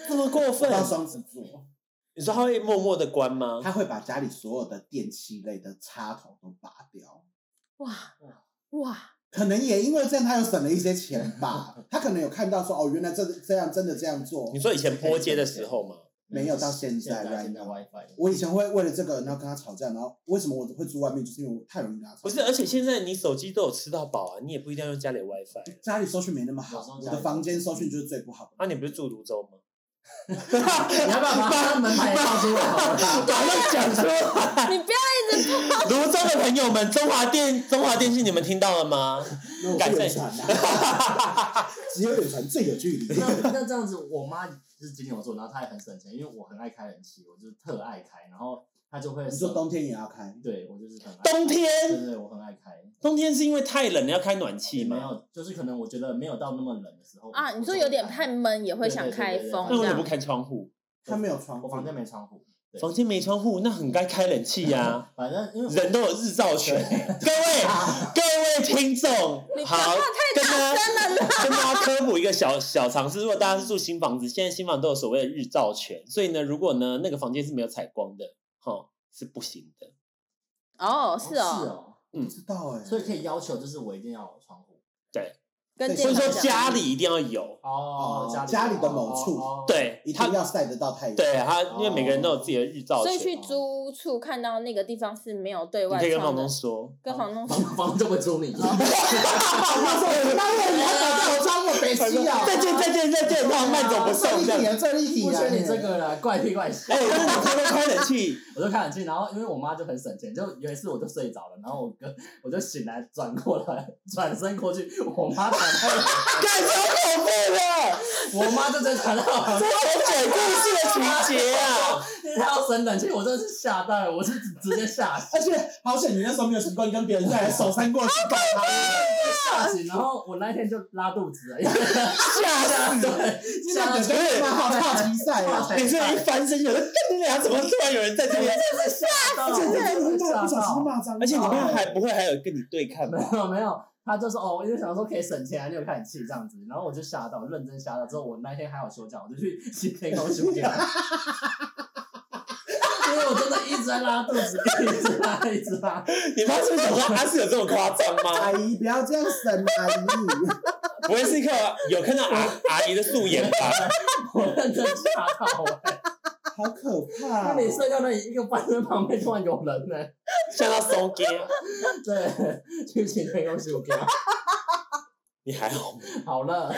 Speaker 1: 这么过分？
Speaker 3: 到双子座，
Speaker 1: 你说他会默默的关吗？
Speaker 3: 他会把家里所有的电器类的插头都拔掉。
Speaker 2: 哇哇，
Speaker 3: 可能也因为这样，他又省了一些钱吧。 他可能有看到说，哦，原来这这样真的这样做
Speaker 1: 你。说以前播接的时候吗？
Speaker 3: 没有到现在
Speaker 4: 在
Speaker 3: right
Speaker 4: 现在
Speaker 3: now
Speaker 4: WiFi，
Speaker 3: 我以前会为了这个，然后跟他吵架，然后为什么我会住外面，就是因为我太容易跟他吵
Speaker 1: 不是，而且现在你手机都有吃到饱啊，你也不一定要用家里的 WiFi 啊
Speaker 3: 家里搜讯没那么
Speaker 4: 有时
Speaker 3: 好，
Speaker 4: 候
Speaker 3: 我
Speaker 4: 家里
Speaker 3: 的房间搜讯就是最不好的。
Speaker 1: 啊。你不是住泸州吗？
Speaker 4: 你要不要把他门牌报出来 好了？
Speaker 1: 把它讲出来。
Speaker 2: 你不要
Speaker 1: 泸州的朋友们，中华电中华电信，你们听到了吗？
Speaker 3: 那我
Speaker 1: 改
Speaker 3: 是
Speaker 1: 正
Speaker 3: 远传啊， 只有远传最有距 离。
Speaker 4: 那那这样子，我妈是金牛座，然后她也很省钱，因为我很爱开冷气，我就是特爱开，然后她就会
Speaker 3: 你说冬天也要开？
Speaker 4: 对我就是很爱
Speaker 1: 冬
Speaker 4: 对
Speaker 1: 天，
Speaker 4: 对对，我很爱开。
Speaker 1: 冬天是因为太冷了要开暖气
Speaker 4: 也没
Speaker 1: 吗？
Speaker 4: 有，就是可能我觉得没有到那么冷的时候
Speaker 2: 啊，你说有点太
Speaker 4: 怕，
Speaker 2: 闷，也会想
Speaker 4: 对对对
Speaker 2: 开
Speaker 4: 对对
Speaker 2: 风
Speaker 1: 那为
Speaker 2: 这
Speaker 1: 什么
Speaker 2: 样
Speaker 1: 不。开窗户？
Speaker 3: 他没有窗户
Speaker 4: 我，房间没窗户，对
Speaker 1: 房间没窗户，那很该开冷气啊呀、
Speaker 4: 反正因为
Speaker 1: 人都有日照权，各位各位听众
Speaker 2: 你，讲
Speaker 1: 好
Speaker 2: 话，
Speaker 1: 跟大家
Speaker 2: 太大声了啦！
Speaker 1: 跟大家科普一个小小常识，如果大家是住新房子，现在新房都有所谓的日照权，所以呢，如果呢那个房间是没有采光的，哈，是不行的。
Speaker 2: 哦，
Speaker 4: 是
Speaker 2: 是哦，
Speaker 4: 哦，
Speaker 3: 不知道哎。
Speaker 4: 所以可以要求就是我一定要有窗户
Speaker 2: 跟
Speaker 3: 对
Speaker 1: 所
Speaker 2: 健
Speaker 1: 以
Speaker 2: 康
Speaker 1: 说
Speaker 2: 讲
Speaker 1: 家里一定要有，
Speaker 4: 哦
Speaker 3: 家
Speaker 4: 家
Speaker 3: 里
Speaker 4: 里
Speaker 3: 的某处
Speaker 4: 哦哦
Speaker 1: 对
Speaker 3: 一
Speaker 1: 他
Speaker 3: 定，要晒得到太阳。
Speaker 1: 对他，因为每个人都有自己的日照
Speaker 2: 所
Speaker 1: 权，
Speaker 2: 以去
Speaker 1: 你
Speaker 2: 租屋处看到那个地方是没有对外
Speaker 1: 可以跟
Speaker 2: 窗
Speaker 1: 房
Speaker 2: 的
Speaker 1: 东，说，
Speaker 2: 跟房东
Speaker 4: 房房东会租你，
Speaker 3: 他说：“我妈呀，你还搞在我窗户北西啊！”
Speaker 1: 再见再见再见，他慢走不
Speaker 3: 这
Speaker 1: 送
Speaker 3: 一
Speaker 1: 这
Speaker 3: 题
Speaker 1: 样。
Speaker 3: 啊，这一题
Speaker 4: 不
Speaker 3: 啊，
Speaker 4: 缺你这个了，怪癖怪癖
Speaker 1: 哎，。那你开开冷气，
Speaker 4: 我就开冷气，然后因为我妈就很省钱，就有一次我就睡着了，然后我哥 我就醒来转过来，转身过去，我妈躺在，
Speaker 1: 干超恐怖的，
Speaker 4: 我妈就在躺在我
Speaker 1: 这是鬼故事的情节啊！
Speaker 4: 因为他要省冷气，我真的是吓到了，我是直直接吓醒，
Speaker 3: 而且好险，你那时候没有习惯跟别人在手伸过去抱他，
Speaker 4: 吓醒，然后我那一天就拉肚子了，因为
Speaker 1: 吓死！
Speaker 4: 对，
Speaker 3: 那
Speaker 4: 吓
Speaker 3: 你
Speaker 4: 死，
Speaker 3: 真的蛮好大题赛啊！
Speaker 1: 你是一翻身，想说干你俩怎么突然有人在这边？
Speaker 4: 的吓到，
Speaker 3: 真的真的
Speaker 4: 吓
Speaker 3: 不小心
Speaker 4: 到，
Speaker 3: 骂脏话，欸
Speaker 1: 而且你们还不会还有跟你对看吧？
Speaker 4: 没有没有。他就说哦，因为想说可以省钱啊，你有开冷气这样子，然后我就吓到，认真吓到。之后我那天还有休假，我就去新天宫休假，因为我真的一直在拉肚子，一直拉，一直拉。
Speaker 1: 你妈是不是想说阿是有这么夸张
Speaker 3: 阿
Speaker 1: 吗？
Speaker 3: 姨不要这样省阿姨，
Speaker 1: 不会是看有看到阿阿姨的素颜吧？
Speaker 4: 我认真吓到、欸，
Speaker 3: 好可怕哦
Speaker 4: 那！你睡觉那一个半身旁边突然有人呢、
Speaker 1: 像到松街，
Speaker 4: 对，去请那个暑假。
Speaker 1: 你还好吗？
Speaker 4: 好了，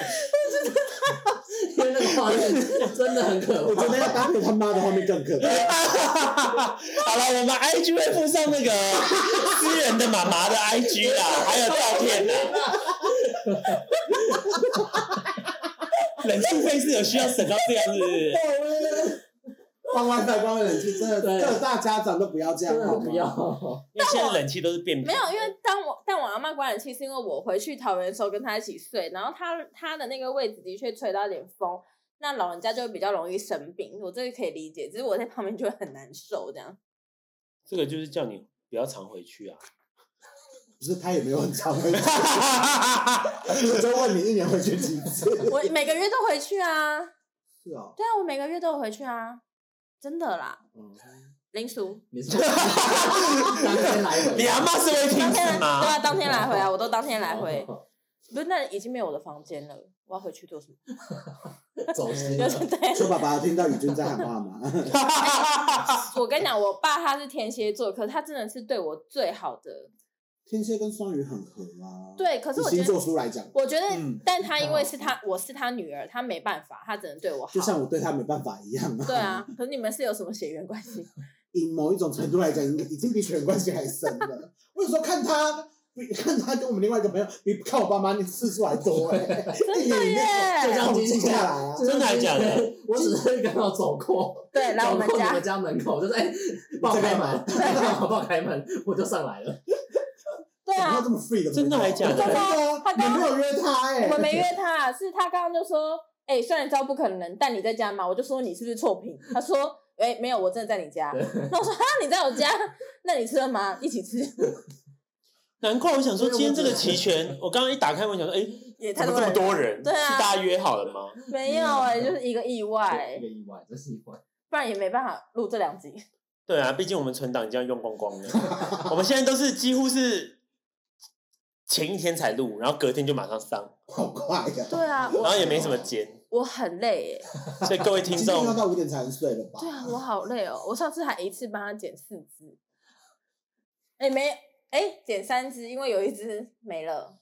Speaker 4: 因为那个画面真的很可
Speaker 3: 我觉
Speaker 4: 怕。
Speaker 3: 得要搭配他妈的画面更可 怕。
Speaker 1: 好了，我们 IG 会附上那个私人的妈妈的 IG 啦，还有照片啦。冷气费是有需要省到这样，是不是？
Speaker 3: 关 WiFi 关冷气，真的
Speaker 4: 对
Speaker 3: 各大家长都不要这样
Speaker 4: 真，的
Speaker 3: 好吗
Speaker 4: 不要，
Speaker 1: 因为现在冷气都是变频
Speaker 2: 没有，因为当我但我阿妈关冷气是因为我回去桃园的时候跟她一起睡，然后她她的那个位置的确吹到一点风，那老人家就会比较容易生病，我这个可以理解，只是我在旁边就会很难受这样。
Speaker 1: 这个就是叫你不要常回去啊。
Speaker 3: 不是他也没有很常回去，我就问你一年回去几次？
Speaker 2: 我每个月都回去啊，
Speaker 3: 是哦，
Speaker 2: 对啊，我每个月都有回去啊，真的啦，
Speaker 3: 嗯，
Speaker 2: 林叔。
Speaker 4: 你说 当天来 回，
Speaker 1: 你阿妈是会听
Speaker 2: 当天
Speaker 1: 是
Speaker 2: 来对
Speaker 1: 吗？
Speaker 2: 啊，当天来回啊，我都当天来回。不是，那已经没有我的房间了，我要回去做什么？
Speaker 4: 走心
Speaker 2: 就
Speaker 4: 了。
Speaker 2: 是对，
Speaker 3: 说爸爸听到宇君在喊话吗？
Speaker 2: 我跟你讲，我爸他是天蝎座，可是他真的是对我最好的。
Speaker 3: 天蝎跟双鱼很合啊。
Speaker 2: 对，可是
Speaker 3: 以
Speaker 2: 我觉
Speaker 3: 星座
Speaker 2: 得，
Speaker 3: 书来讲，
Speaker 2: 我觉得，
Speaker 3: 嗯
Speaker 2: 但他因为是他，我是他女儿，他没办法，他只能对我好。
Speaker 3: 就像我对他没办法一样啊。
Speaker 2: 对啊，可是你们是有什么血缘关系？
Speaker 3: 以某一种程度来讲，已经比血缘关系还深了。我有时候看他比看他跟我们另外一个朋友，比看我爸妈那次数还多哎、欸，
Speaker 2: 真
Speaker 3: 一年
Speaker 2: 的
Speaker 3: 里
Speaker 2: 耶
Speaker 3: 面！
Speaker 4: 就像今
Speaker 3: 下
Speaker 4: 天
Speaker 3: 来啊
Speaker 4: 就像
Speaker 1: 真的还
Speaker 4: 今
Speaker 1: 假的
Speaker 4: 天？我只是刚好走过，
Speaker 2: 对，来我
Speaker 4: 走
Speaker 2: 们
Speaker 4: 过你
Speaker 2: 家
Speaker 4: 们，家门口，就是哎，帮我开门， 帮我开门，我就上来了。
Speaker 2: 对
Speaker 3: 怎么
Speaker 2: 啊
Speaker 3: 会，这么 free 的，
Speaker 1: 真的还假的
Speaker 3: 真的
Speaker 2: 他
Speaker 3: 啊，你
Speaker 2: 刚
Speaker 3: 没有约他哎、
Speaker 2: 我们没
Speaker 3: 欸，
Speaker 2: 约他，是他刚刚就说，哎、虽然知道不可能，但你在家吗？我就说你是不是错 评？他说，哎、没有，我真的在你家。那 我说，哈，你在我家？那你吃了吗？一起吃，
Speaker 1: 难怪啊我想说
Speaker 4: 对
Speaker 1: 今天
Speaker 4: 我
Speaker 1: 这个
Speaker 4: 觉得
Speaker 1: 齐全，我刚刚一打开我想说，哎，
Speaker 2: 也太
Speaker 1: 怎么
Speaker 2: 多
Speaker 1: 这么多
Speaker 2: 人。
Speaker 1: 人？
Speaker 2: 对啊
Speaker 1: 是大家嗯约好了吗？
Speaker 2: 没有哎、就是一个意外、
Speaker 4: 一个意外，这是意外。
Speaker 2: 不然也没办法录这 两集。
Speaker 1: 对啊，毕竟我们存档已经要用光光了，我们现在都是几乎是前一天才录，然后隔天就马上上，
Speaker 3: 好快呀、
Speaker 2: 对啊，
Speaker 1: 然后
Speaker 2: 我
Speaker 1: 也没什么剪，
Speaker 2: 我很累哎、
Speaker 1: 所以各位听
Speaker 3: 今天要
Speaker 1: 众，
Speaker 3: 到五点才能睡了吧？
Speaker 2: 对啊，我好累哦。我上次还一次帮他剪四只，哎、没哎、剪三只，因为有一只没了。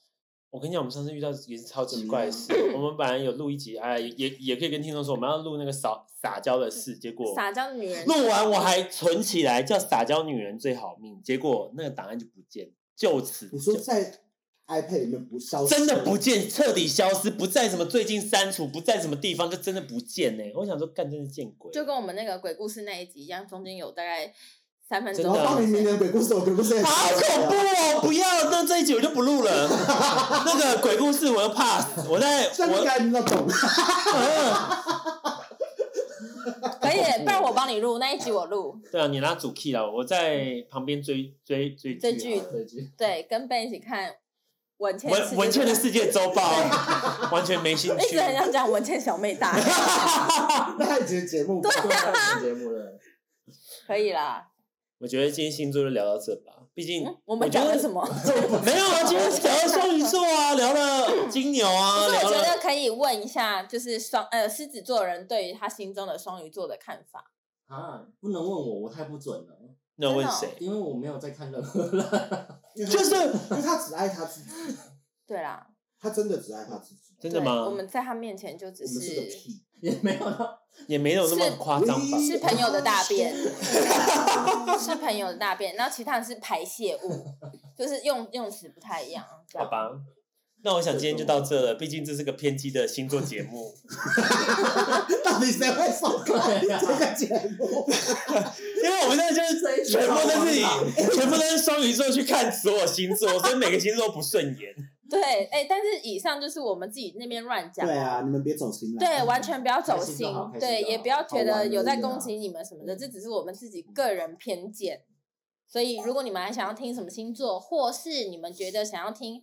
Speaker 1: 我跟你讲，我们上次遇到也是超奇怪的事，我们本来有录一集，哎，也也可以跟听众说我们要录那个撒撒娇的事，结果
Speaker 2: 撒娇的女人
Speaker 1: 录完我还存起来，叫撒娇女人最好命，结果那个档案就不见，就此
Speaker 3: 你说
Speaker 1: 就
Speaker 3: 在 iPad 里面不消失，
Speaker 1: 真的不见，彻底消失，不在什么最近删除，不在什么地方，就真的不见呢、我想说，干真的见鬼，
Speaker 2: 就跟我们那个鬼故事那一集一样，中间有大概三分钟。
Speaker 1: 真
Speaker 3: 然后
Speaker 1: 的
Speaker 3: 放你明年鬼故事，我鬼故事也
Speaker 1: 好
Speaker 3: 消失
Speaker 1: 恐怖
Speaker 3: 了
Speaker 1: 哦！不要，那这一集我就不录了。那个鬼故事我又 pass，我在嗯
Speaker 3: 这样应
Speaker 1: 我
Speaker 3: 该那懂。
Speaker 2: 可以，不然我帮你录那一集，我录。
Speaker 1: 对啊，你拿主 key 了，我在旁边追追追
Speaker 2: 追
Speaker 1: 剧
Speaker 2: 剧
Speaker 1: 啊。
Speaker 4: 这句
Speaker 2: 对，跟贝一起看文倩世界
Speaker 1: 文文倩的
Speaker 2: 周
Speaker 1: 世界周报 完全没兴
Speaker 2: 报一
Speaker 1: 趣
Speaker 2: 直。很想讲文倩小妹 大，
Speaker 3: 那还有节节目吧，
Speaker 4: 对节目了，
Speaker 2: 可以啦。
Speaker 1: 我觉得今天星座就聊到这吧，毕竟
Speaker 2: 嗯，我们
Speaker 1: 觉
Speaker 2: 讲了
Speaker 1: 得
Speaker 2: 什么？
Speaker 1: 没有啊，今天聊了双鱼座啊，聊了金牛啊，
Speaker 2: 所以
Speaker 1: 聊
Speaker 2: 我觉
Speaker 1: 了
Speaker 2: 得可以问一下，就是双呃狮子座的人对于他心中的双鱼座的看法。
Speaker 4: 啊，不能问我，我太不准了，
Speaker 1: 那问谁？
Speaker 2: 哦
Speaker 4: 因为我没有在看任何人。
Speaker 3: 因为他
Speaker 1: 就是
Speaker 3: 因为他只爱他自己，
Speaker 2: 对啦，
Speaker 3: 他真的只爱他自己。
Speaker 1: 真的
Speaker 2: 对我
Speaker 1: 吗？
Speaker 2: 们在他面前就只
Speaker 3: 我们是个
Speaker 2: 是
Speaker 3: 屁，
Speaker 4: 也没有到
Speaker 1: 也没有那么夸张吧？
Speaker 2: 是朋友的 大便，是朋友的大便，然后其他人是排泄物，就是用用词不太一样。这
Speaker 1: 好
Speaker 2: 样
Speaker 1: 吧，那我想今天就到这了，毕竟这是个偏激的星座节目。
Speaker 3: 到底谁会收 看
Speaker 4: 对啊
Speaker 3: 这个节目？
Speaker 1: 因为我们现在就是全部都 是以全部都是双鱼座去看所有星座，所以每个星座都不顺眼。
Speaker 2: 对，哎、但是以上就是我们自己那边乱 讲，
Speaker 3: 对啊，你们别走心了。
Speaker 2: 对，完全不要走
Speaker 4: 开心
Speaker 2: 心
Speaker 4: 就好开，心
Speaker 2: 对，
Speaker 4: 就好
Speaker 2: 也不要觉
Speaker 4: 好玩
Speaker 2: 得
Speaker 4: 而已
Speaker 2: 有在
Speaker 4: 啊
Speaker 2: 攻击你们什么的，这只是我们自己个人偏见。所以，如果你们还想要听什么星座，或是你们觉得想要听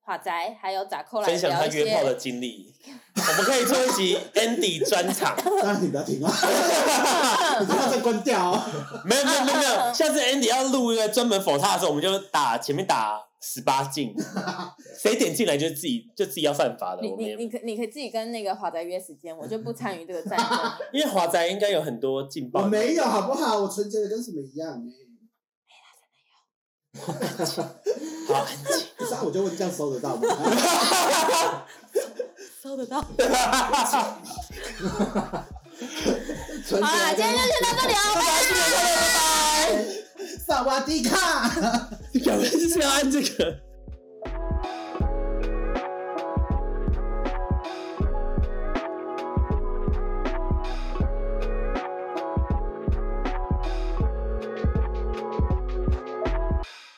Speaker 2: 华仔还有咋扣来
Speaker 1: 分享
Speaker 2: 聊
Speaker 1: 他
Speaker 2: 一
Speaker 1: 约炮的
Speaker 2: 些，
Speaker 1: 经历，我们可以做一集 Andy 专场。
Speaker 3: 当然你不要停啊，
Speaker 2: 嗯
Speaker 3: 你不要再关掉哦。
Speaker 1: 没有没有没有没有，下次 Andy 要录一个专门否他的时候，我们就打前面打十八禁，谁点进来就自己就自己要犯法的。
Speaker 2: 你
Speaker 1: 我们
Speaker 2: 你
Speaker 1: 也
Speaker 2: 你可你可以自己跟那个华仔约时间，我就不参与这个战 争。
Speaker 1: 因为华仔应该有很多劲
Speaker 3: 我
Speaker 1: 爆的，
Speaker 3: 没有，好不好？我纯洁的跟什么一样 欸？
Speaker 1: 好，
Speaker 3: 不是啊，我就问这样收得到吗？
Speaker 2: 收得到。好
Speaker 4: 纯洁
Speaker 2: 啦，
Speaker 4: 的
Speaker 2: 今天就先到这里哦，拜拜。
Speaker 3: 萨瓦迪卡。
Speaker 1: 表面就是要按这个。